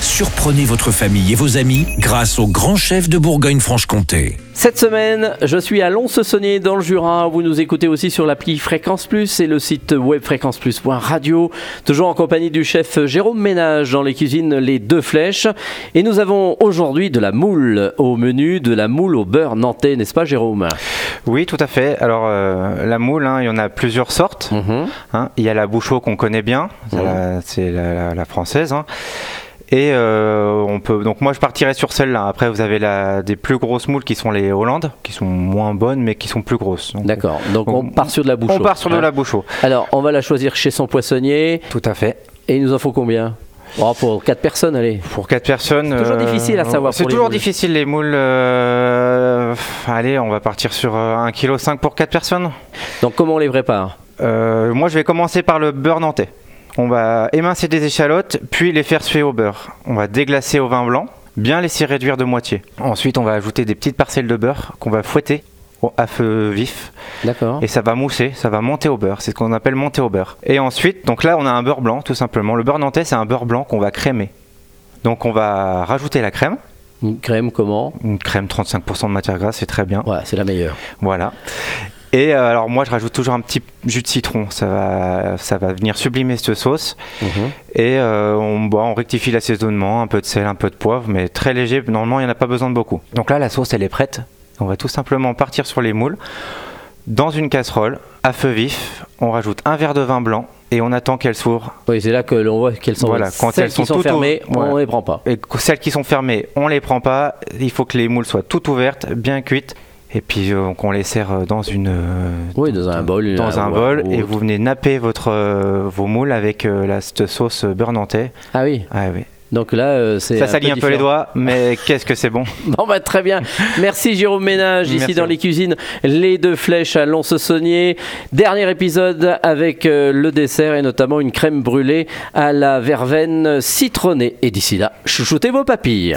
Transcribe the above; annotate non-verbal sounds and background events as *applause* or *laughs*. Surprenez votre famille et vos amis grâce au grand chef de Bourgogne-Franche-Comté. Cette semaine, je suis à Lons-Saunier dans le Jura. Vous nous écoutez aussi sur l'appli Fréquence Plus et le site web fréquenceplus.radio. Toujours en compagnie du chef Jérôme Ménage dans les cuisines Les Deux Flèches. Et nous avons aujourd'hui de la moule au menu, de la moule au beurre nantais, n'est-ce pas Jérôme Oui, tout à fait. Alors, euh, la moule, hein, il y en a plusieurs sortes. Mhm. hein. Il y a la bouchot qu'on connaît bien, Ça, Mhm. la- c'est la, la- la française. hein. Et euh, on peut. Donc, moi, je partirais sur celle-là. Après, vous avez la, des plus grosses moules qui sont les Hollandes, qui sont moins bonnes, mais qui sont plus grosses. Donc, D'accord, donc on On- part sur de la bouche. hein. on part sur de la bouchot. Alors, on va la choisir chez son poissonnier. Tout à fait. Et il nous en faut combien Oh, Pour 4 personnes, allez. Pour quatre personnes. euh, toujours difficile à savoir C'est pour les toujours moules. difficile les moules. euh, pff, allez, on va partir sur euh, 1,5 kg pour quatre personnes. Donc, comment on les prépare Euh, moi, je vais commencer par le beurre nantais. On va émincer des échalotes, puis les faire suer au beurre. On va déglacer au vin blanc, bien laisser réduire de moitié. Ensuite, on va ajouter des petites parcelles de beurre qu'on va fouetter au- à feu vif D'accord. et ça va mousser, ça va monter au beurre, c'est ce qu'on appelle monter au beurre. Et ensuite, donc là on a un beurre blanc tout simplement. Le beurre nantais c'est un beurre blanc qu'on va crémer. Donc on va rajouter la crème, Une crème, comment une crème 35% de matière grasse, c'est très bien. Ouais, c'est la meilleure. Voilà. Et euh, alors moi je rajoute toujours un petit jus de citron, ça va, ça va venir sublimer cette sauce. Et euh, on, bah, on rectifie l'assaisonnement, un peu de sel, un peu de poivre, mais très léger, normalement il n'y en a pas besoin de beaucoup. Donc là la sauce elle est prête, on va tout simplement partir sur les moules. Dans une casserole, à feu vif, on rajoute un verre de vin blanc et on attend qu'elle s'ouvre. Oui, c'est là que l'on voit qu'elles sont Voilà, quand celles elles qui sont toutes fermées, au- on ouais. les prend pas. Et que- celles qui sont fermées, on les prend pas, il faut que les moules soient toutes ouvertes, bien cuites. Et puis euh, qu'on les sert euh, dans une, euh, Oui, dans un bol. dans euh, un ou bol ou et autre. vous venez napper votre, euh, vos moules avec euh, la, cette sauce beurre nantais. Ah oui, Ah oui. donc là, euh, c'est. Ça salit un peu les différent. doigts, mais *laughs* qu'est-ce que c'est bon. Bon, bah, très bien. Merci Jérôme Ménage, ici Merci dans à vous. les cuisines, les deux flèches à Lons-Saunier. Dernier épisode avec euh, le dessert et notamment une crème brûlée à la verveine citronnée. Et d'ici là, chouchoutez vos papilles.